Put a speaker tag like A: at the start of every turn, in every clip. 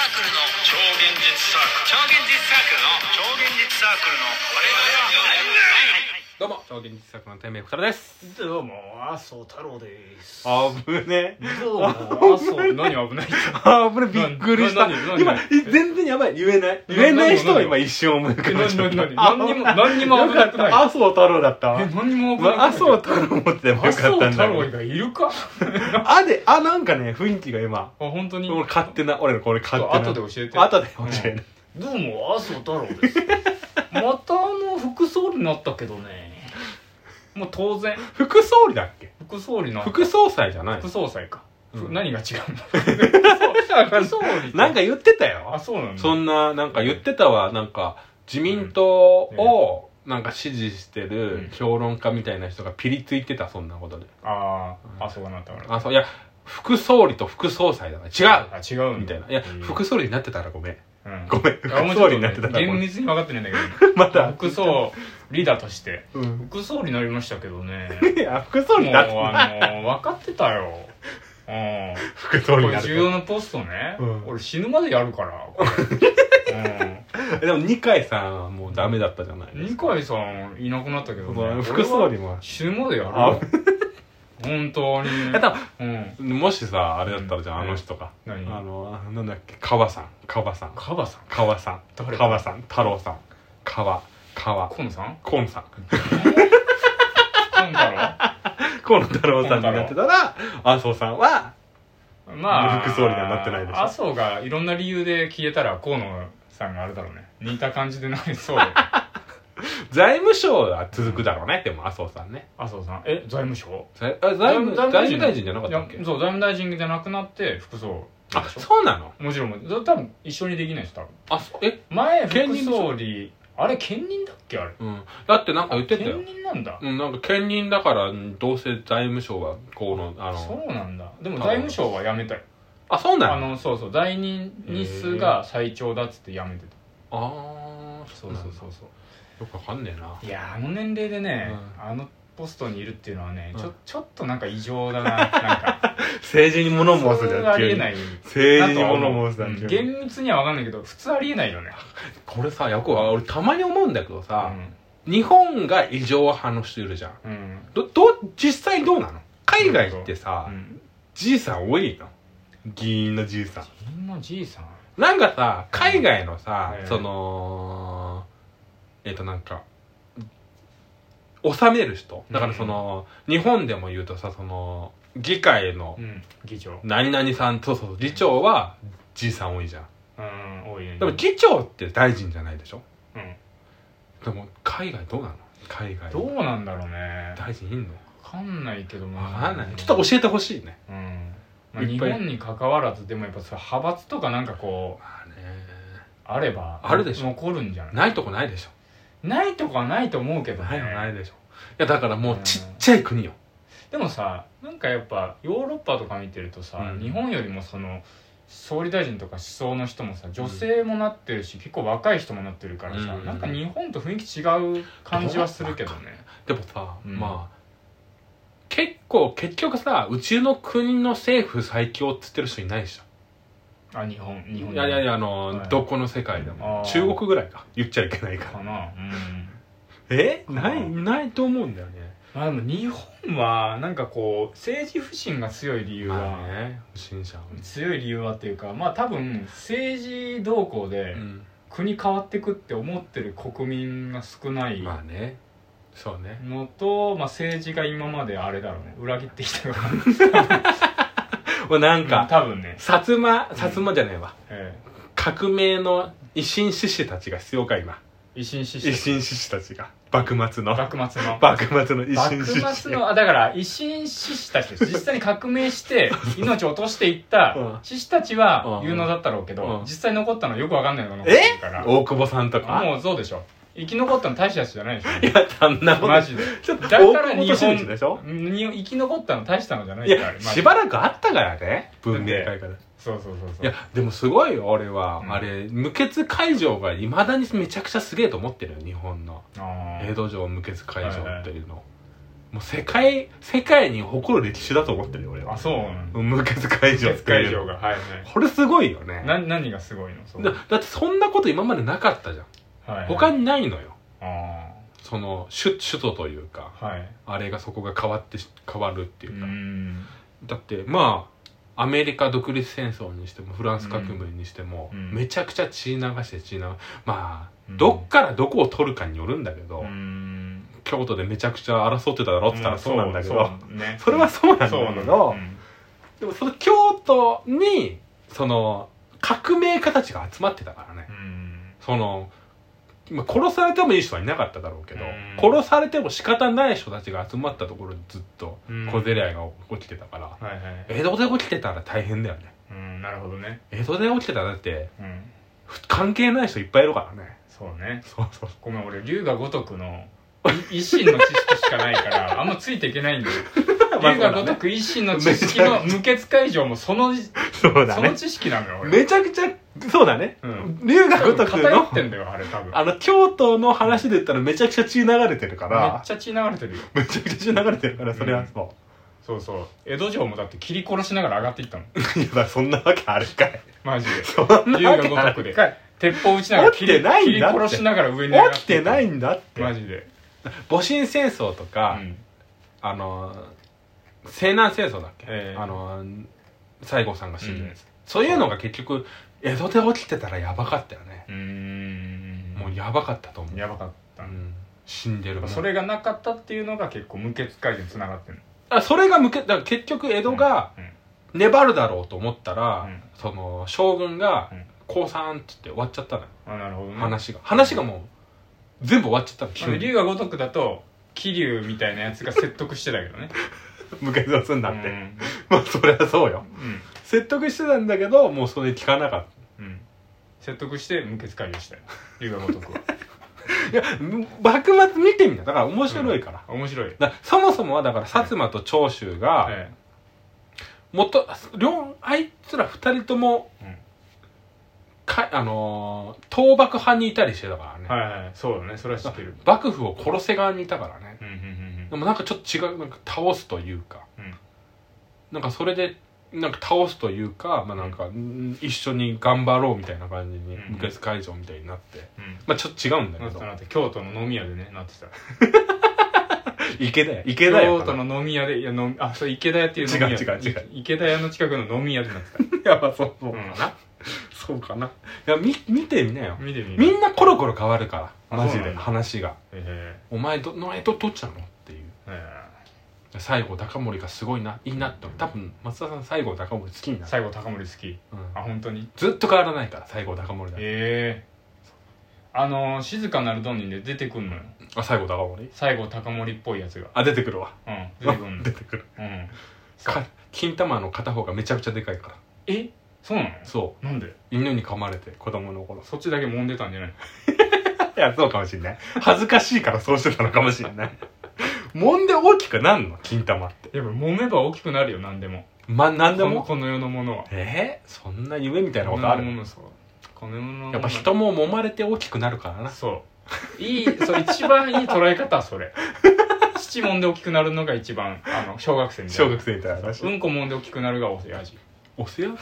A: 超現実サークル超現実サークルの超現実サークルの我々は
B: どうも超現実作の天命ふたらです
C: どうも、麻生太郎です。
B: あぶね
C: どうも、麻生、何危ない
B: あぶねびっくりした
C: ななな
B: 今
C: 何
B: い全然やばい言えない言えない人が今一瞬思い浮かべちゃっ
C: 何、何、
B: た
C: 何にも、何にも
B: よ
C: 危
B: か
C: な
B: っ
C: くない。
B: た麻生太郎だったわ
C: え、何にも危なく
B: ま
C: ない。
B: あ麻生太郎持っててもよ
C: 麻
B: かった
C: 生
B: んだ
C: 太
B: け
C: 郎
B: ど
C: がいるかあ、
B: あであなんかね雰囲気が今
C: 本当に。
B: 俺勝手な俺のこれ勝手な
D: そう後で教えて
B: 後で教えて
C: どうも、麻生太郎です。またあの、副総理になったけどね。もう当然、
B: 副総理だっけ
C: 副総理の、
B: 副総裁じゃない
C: 副総裁か。ふ
B: うん
C: 何が違うの副総理
B: なん
C: か、
B: か言ってた
C: あ、
B: よ
C: そうなんだ。
B: そんななんか言ってたわなんか自民党をなんか支持してる評論家みたいな人がピリついてたそんなことで
C: あー、麻生がなったから。
B: あそういや副総理と副総裁だから違う
C: あ、違うんだ
B: みたいないや
C: うん
B: 副総理になってたらごめん
C: うん
B: ごめん
C: いや
B: 副総理になってたらご
C: 厳
B: めん
C: 密に分かってないんだけど
B: また
C: 副総理だとして
B: うん
C: 副総理になりましたけどね
B: いや副
C: も
B: 総
C: う
B: 理になってた
C: あの分かってたようん
B: 副総
C: こ
B: 理に
C: れ
B: なって
C: 重要なポストね、
B: うん
C: 俺死ぬまでやるからこ
B: た
C: れ、
B: でも二階さんはもうダメだったじゃない
C: うん、二階さんいなくなったけど
B: そ
C: ね
B: の副総理
C: 俺は
B: も
C: 死ぬまでやる
B: あ
C: よ本 当に
B: え多
C: うん
B: もしさあれだったらじゃああ
C: うん
B: の人があ
C: 何
B: のなんだっけ川さん川さん
C: カバさん
B: 川さん
C: 誰
B: 川さん太郎さん川川
C: コンさん
B: コンさん
C: コン太郎
B: 河野太郎さんになってたら麻生さんは
C: まあ
B: 副総理にはなってないでしょ
C: 麻生がいろんな理由で消えたら河野さんがあれだろうね似た感じでなりそうで
B: 財務省は続くだろうねでも 麻生さんね
C: 麻生さんえ財務省
B: 財あ財務財務大臣じゃなかったっ
C: い
B: け
C: やそう財務大臣じゃなくなって副総理
B: あ
C: でしょ
B: そうなの
C: もちろんもちろん多分一緒にできないです多分
B: あそうえ
C: 前
B: 兼任で
C: 副
B: しょ
C: 総理あれ兼任だっけあれ
B: うんだってなんか言ってたよ
C: 兼任なんだ
B: うんなんか兼任だからうんどうせ財務省は河野あ
C: そ
B: の
C: うなんだでも
B: あの
C: 財務省は辞めたよ
B: あそうな
C: あ
B: の
C: のそうそう在任日数が最長だっつって辞めてた
B: ああ
C: そうそうそうそう
B: よくわかんねえない
C: やーあの年齢でね
B: う
C: あのポストにいるっていうのはねち
B: う
C: ょ
B: ん
C: ちょっとなんか異常だなな んか
B: 政治に物申すじ
C: 普通
B: ゃん
C: あ
B: 急
C: りえ
B: に
C: ない
B: 政
C: な
B: 治
C: と
B: に
C: は思う
B: 物申すじゃ
C: うん
B: ん急に
C: 厳密には分かんないけど普通ありえないよね
B: これさよくわ俺たまに思うんだけどさ
C: うん
B: 日本が異常派の人いるじゃん
C: うん
B: どどう実際どうなの海外ってさ
C: うん
B: じいさん多いの議員のじいさん
C: みんなじいさん
B: なんかさ海外のさ、
C: うん
B: そのえっ、となんか収める人だからその、日本でも言うとさその議会の
C: うん議長
B: 何々さんとそうそう議長はじいさん多いじゃん
C: うん多いね
B: でも議長って大臣じゃないでしょ
C: うん
B: でも海外どうなの海外
C: どうなんだろうね
B: 大臣いんの
C: 分かんないけども
B: わかんないちょっと教えてほしいね
C: うんまあ
B: いっ
C: 日
B: ぱい
C: 本に関わらずでもやっぱさ派閥とかなんかこう
B: まあね
C: あれば
B: あるでしょ
C: 残るんじゃない
B: ないとこないでしょ
C: ないとかはないと思うけど
B: ないのない
C: ね
B: でしょいやだからもう
C: うん
B: ちっちゃい国よ
C: でもさなんかやっぱヨーロッパとか見てるとさ
B: うん
C: 日本よりもその総理大臣とか首相の人もさ女性もなってるし結構若い人もなってるからさ
B: うん
C: なんか日本と雰囲気違う感じはするけどね
B: でもさ、
C: うん
B: まあ結構結局さうちの国の政府最強っつってる人いないでし
C: あ日本日
B: ょ
C: 本
B: いやいやいやあの、
C: はい
B: どこの世界でも
C: あー
B: 中国ぐらいか言っちゃいけないから
C: かなうん
B: え
C: ー
B: ないないと思うんだよね
C: まあでも日本はなんかこう政治不信が強い理由は、
B: まあね不審者、
C: 強い理由はっていうかまあ多分政治動向
B: う
C: で
B: ん、
C: 国変わってくって思ってる国民が少ない
B: まあねそうね
C: のと、まあ、政治が今まであれだろうね裏切ってきたから
B: もうなん
C: なん
B: か、
C: か多分ね、
B: 薩摩薩摩じゃねえわ、
C: え
B: 革命の維新志士たちが必要か今
C: え維新志
B: 維
C: 士
B: 新志士たちが幕末の幕
C: 幕 末の
B: 末の維新志士
C: 幕末のあだから維新志士たちです実際に革命 して命を落としていった
B: うん
C: 志士たちは有能だったろうけ
B: うん
C: ど実際残ったのはよくわかんないのが残ってるから
B: 大久保さんとか
C: もうそうでしょ生き残ったの大したやつじゃないでし
B: いや、そんなこ
C: ょ
B: と。
C: マジで
B: ちょっと、
C: だ
B: だ
C: か
B: からら日
C: 日本
B: 本でしょ
C: に生き残ったの大したのじゃない
B: い
C: からあ
B: や、
C: れマジ
B: しばらくあったからね。文明会から。
C: そうそうそうそう
B: いや、でもすごいよ、俺は。
C: うん
B: あれ、無血会場が未だにめちゃくちゃすげえと思ってるよ、日本の。
C: あー
B: 江戸城無血会場っていうの。もう世界世界に誇る歴史だと思ってるよ俺は
C: そうなんだ
B: 無血会場
C: 施
B: っ
C: 設
B: ていう
C: 会場がはいはい
B: これすごいよね
C: な何がすごいのその
B: だだってそんなこと今までなかったじゃん
C: はいはい
B: 他にないのよ
C: あ
B: その首首都というか
C: あはい
B: あれがそこが変わってし変わるって
C: う
B: いうか、
C: ん
B: だってまあアメリカ独立戦争にしてもフランス革命にしても、
C: うん
B: めちゃくちゃ血流して血流まあ、
C: うん
B: どっからどこを取るかによるんだけど、
C: うん
B: 京都でめちゃくちゃ争ってただろって言ったらそうなんだけど、
C: まあそうね
B: それはそうなんだけど
C: うん
B: でもその京都にその革命家たちが集まってたからね、
C: うん
B: そのまあ殺されてもいい人はいなかっただろうけど、
C: うん
B: 殺されても仕方ない人たちが集まったところにずっと
C: うん
B: 小競り合いが起きてたから、
C: はいはい
B: 江戸で起きてたら大変だよね
C: うんなるほどね
B: 江戸で起きてたらだって
C: うん
B: ふ関係ない人いっぱいいるからね
C: そうね
B: そうそう
C: ごめん俺龍が如くのい維新の知識しかないか らあんまついていけないんだよ
B: まあ
C: 龍が如く維新の知識 の無血会場もその
B: そうだ
C: その
B: ね
C: 知識なの よ俺
B: めちゃくちゃそうだね、
C: うん
B: 龍が
C: 多分
B: 如く
C: 偏
B: の
C: ってんだよあれ多分めっ
B: あの京都の話で言ったらめちゃくちゃ血流れてるから
C: ちゃ血流れてるよ
B: めちゃくちゃ血流れてるからそれはそう、
C: そうそう江戸城もだって切り殺しながら上がってい ったもん
B: いやそんなわけあるかい
C: マジで
B: そんなわけ
C: 龍が如くで鉄砲撃ちながら切り
B: 起きてない
C: 切
B: ん
C: り
B: だって
C: 殺しながら上に上 がっ
B: 起
C: て
B: きてないいんだって
C: マジで
B: 戊辰戦争と
C: う
B: か、
C: ん
B: あの西南戦争だっけ、
C: ええ
B: あの西郷さんが死んだやつ、そういうのが結局江戸で起きてたらやばかったよね、
C: うーん
B: もうやばかったと思う、
C: やばかった
B: うん死んでるもん
C: それがなかったっていうのが結構無血会につながってる
B: あそれが向けだから結局江戸が
C: うんうん
B: 粘るだろうと思ったら、
C: うん
B: その将軍が
C: うん
B: 「降参」っつって終わっちゃったのよ、
C: あなるほどね
B: 話が話がもう全部終わっちゃったの
C: ま
B: 急
C: あ
B: に
C: 龍が如くだと桐生みたいなやつが説得してたけどね
B: 向け出すんだ
C: だ
B: って、
C: うん
B: まあそりゃそうよ
C: うん
B: 説得してたんだけどもうそれ聞かなかっ
C: うん説得して無血会議をしたよ龍が如くは
B: たいや幕末見てみただから面白いから、
C: 面白い
B: だからそもそもはだから薩摩と長州が
C: え
B: 元両あいつら二人とも
C: えうん
B: かあのー倒幕派にいたりしてたからね、
C: はいはいそうだねそれは知ってる
B: 幕府を殺せ側にいたからね
C: うんうんうん
B: でもなんかちょっと違うなんか倒すというか
C: うん
B: なんかそれでなんか倒すというか、まあ、なんか、うん一緒に頑張ろうみたいな感じに
C: うん
B: 無血会場みたいになって、
C: うん
B: まあちょっと違うんだけ
C: なって
B: ど
C: たなって京都の飲み屋でねなってた
B: 池田屋池田屋
C: 京
B: か
C: 都
B: な
C: の飲み屋でいや飲みあそう池田屋っていう飲み屋
B: 違う違う違う
C: い池田屋の近くの飲み屋でなって
B: い やまあそうそう
C: うん
B: かな、そうかないやみ見てみなよ
C: た見てみ
B: み
C: る
B: んなコロコロ変わるから
C: あ
B: マジ
C: そうな
B: で
C: んだ
B: 話が
C: え
B: お前どの江戸どっちなのっていう
C: えええ
B: 西郷隆盛がすごいないいなって多分松田さん西郷隆盛好きになる、
C: 西郷隆盛好き
B: うん
C: あ本当に
B: ずっと変わらないから西郷隆盛だ、
C: ええあのー静かなるドンにで出てくんのよ
B: あ西郷隆盛
C: 西郷隆盛っぽいやつが
B: あ出てくるわ
C: うん出てくんの
B: 出てくる
C: うん
B: か金玉の片方がめちゃくちゃでかいから
C: えそうなの
B: そ
C: なんで
B: う犬に噛まれて子供の 頃
C: そっちだけ揉んでたんじゃない
B: いやそうかもしんない恥ずかしいからそうしてたのかもしんない 揉んで大きくなんの金玉って
C: やっぱ揉めば大きくなるよ何でも
B: まなんで
C: この
B: も
C: この世のものは
B: えー、そんな夢みたいなことある
C: この世のものそうこの世のものは
B: やっぱ人も揉まれて大きくなるからな
C: そういいそう一番いい捉え方はそれ 父もんで大きくなるのが一番あの小学生みたい
B: 小
C: な
B: 学生みたいな話
C: うんこもんで大きくなるが親 父
B: お世話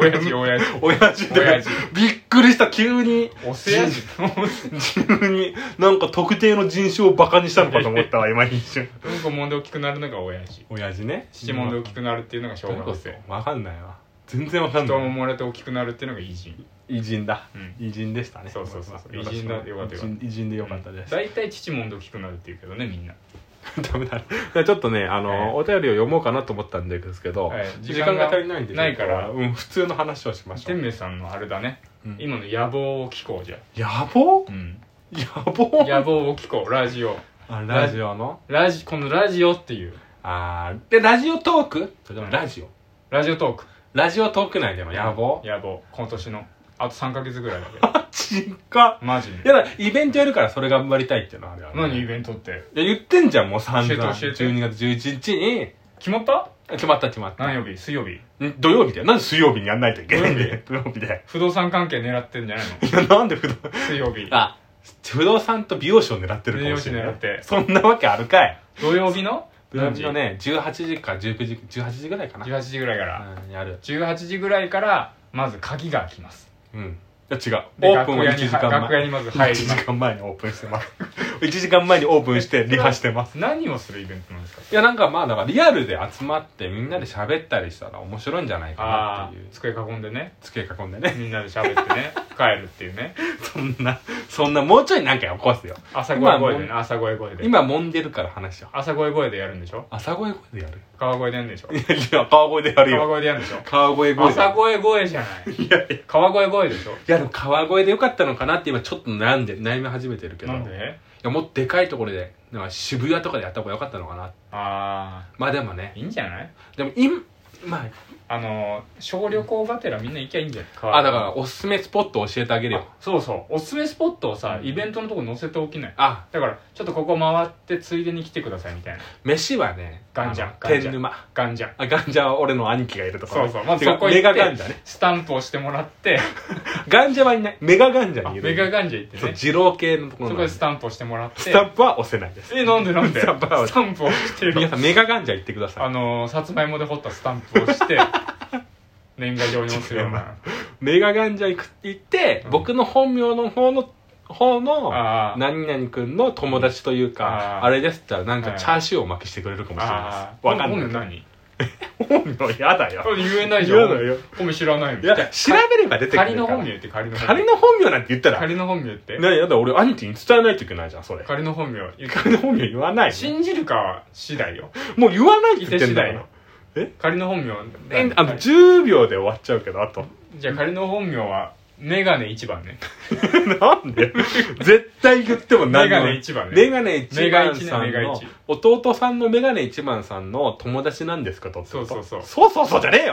C: 親父親父
B: 親父
C: 親
B: で
C: 父
B: びっくりした急に
C: おせやじ
B: 急になんか特定の人種をバカにしたのかと思った わ今一瞬
C: うんこもんで大きくなるのが親父
B: 親父ね
C: 七問で大きくなるっていうのが小
B: どういうこ
C: 学
B: と
C: 生
B: わかんないわ全然わかん
C: 人
B: ない
C: も漏れて大きくなるっていうのが偉人
B: 偉人だ
C: うん
B: 偉人でしたね
C: そうそうそうそう
B: よかっ
C: 偉人だよかった
B: 偉
C: よかった
B: 人偉人でよかったです、
C: 大体父もんで大きくなるっていうけどねみんな
B: ダメだねじゃあちょっとねあの、
C: ええ
B: お便りを読もうかなと思ったんですけど、
C: はい
B: 時間が足りないんで
C: ないから
B: うん、普通の話をしましょ
C: 天
B: う、
C: 明さんのあれだね
B: うん
C: 今の野望を聞こうじゃ
B: 野望
C: うん
B: 野望
C: 野望を聞こうラジオ
B: あラジオの
C: ラジこのラジオっていう
B: あーでラジオトークそれともラジオ、
C: ラジオトーク
B: ラジオトーク内での野 望
C: 野望今年のあと3ヶ月ぐらいだ け
B: ちっか
C: マジ
B: い
C: で
B: やだからイベントやるからそれ頑張りたいっていうのはあるよね
C: 何イ
B: ン
C: ベントって
B: トいや言ってんじゃんもう散々
C: 教えて教えて
B: 12月11日に
C: 決まった
B: あ決まった決まった
C: 何曜日水曜日
B: ん土曜日だよなんで水曜日にやんないといけないんだよ
C: 土
B: 土曜日で
C: 不動産関係狙ってんじゃないの
B: いやなんで普段
C: 水曜日
B: あ不動産と美容師を狙ってるかもしれな
C: 美容師狙
B: い
C: って
B: そんなわけあるかい
C: 土曜日の
B: 土曜日のね18時か19時18時ぐらいかな
C: 18時ぐらいから
B: うんやる
C: 18時ぐらいからまず鍵が開きます
B: うんいや違う
C: で
B: オープンは1時間
C: 楽屋
B: 前
C: にまず入
B: 1
C: り
B: 時
C: ます
B: 間前にオープンしてます 1時間前にオープンしてリハしてます
C: 何をするイベントなんですか
B: いやなんかまあだからリアルで集まってみんなで喋ったりしたら面白いんじゃないかな
C: あ
B: っていう
C: あ机囲んでね
B: つけ囲んでね
C: みんなで喋ってね帰るっていうね
B: そんなそんなもうちょいなんか起こすよ
C: 朝声声でね
B: 今
C: 朝声声で
B: 今揉んでるから話を
C: 朝声声でやるんでしょ
B: 朝声声でやる
C: 川越でやるんでしょ
B: いや いや川越でやる
C: 川
B: よ
C: 越でやるんでしょ
B: 川越声で
C: 朝声声じゃ ない川越声でしょ
B: いやでも川越でよかったのかなって今ちょっと悩んで悩み始めてるけど
C: なん
B: い
C: で
B: やもっとでかいところでなんか渋谷とかでやった方がよかったのかな
C: あ
B: まあでもね
C: あいいんじゃない
B: でも今ま
C: あの小旅行がてらみんな行きゃいいんじゃない
B: ああだからおすすめスポット教えてあげるよ
C: あそうそうおすすめスポットをさイベントのとこ載せておきない
B: あ
C: だからちょっとここ回ってついでに来てくださいみたいな
B: 飯はね
C: ガンジャン
B: あの
C: ガンジャン
B: 天沼
C: ガンジャ
B: あガンジャンは俺の兄貴がいるとこ
C: そうそうまず
B: てか
C: そこ行
B: メ
C: って
B: ガガンジャンね
C: スタンプをしてもらって
B: ガンジャンはいないメガガンジャンにいる
C: メガガンジャ行って
B: そう
C: ね
B: 二郎系のとこ
C: そ
B: ろな
C: こ
B: んで
C: でスタンプをしてもらって
B: スタンプは押せないです
C: えなんでなんで
B: スタンプは押
C: ス
B: せ
C: タンプをして
B: 皆
C: る
B: さんメガガンジャン行ってくださ
C: あ
B: い
C: のーさつまいもで掘ったスタンプをして 年賀状に押すような
B: メガガンジャン行く行って、
C: うん
B: 僕の本名の方の方の
C: あー
B: 何々くんの友達というか
C: あ
B: あ
C: ー
B: れですって言ったらなん
C: は
B: か
C: い
B: チャーシューをおまけしてくれるかもしれない
C: あ
B: です
C: あ
B: わかんない
C: 何
B: 本名やだよ
C: 言えないじゃん
B: 言えないよ
C: 本名知らないもん
B: いや調べれば出てく
C: 仮
B: る
C: の
B: か
C: 本
B: ら
C: 名って仮の本
B: 仮
C: 名
B: の本名なんて言ったら
C: 仮の本名って
B: ねやだ俺兄貴に伝えないといけないじゃんそれ
C: 仮の本名言う
B: 仮の本名言わない
C: 信じるかは次第よ
B: もう言わないって言ってんだ
C: いて
B: よ
C: 仮の本名は
B: えあの
C: はい
B: 10秒で終わっちゃうけどあと
C: じゃあ仮の本名はメガネ1番ね
B: なんで絶対言っても何
C: メ
B: で
C: ガ
B: も
C: ネ1番ね
B: メガネ一番さ
C: メ
B: ん
C: ガ一ねメガ
B: の
C: 一
B: 弟さんのメガネ一番さんの友達なんですかと
C: そうそうそう
B: そうそうそうじゃねえよ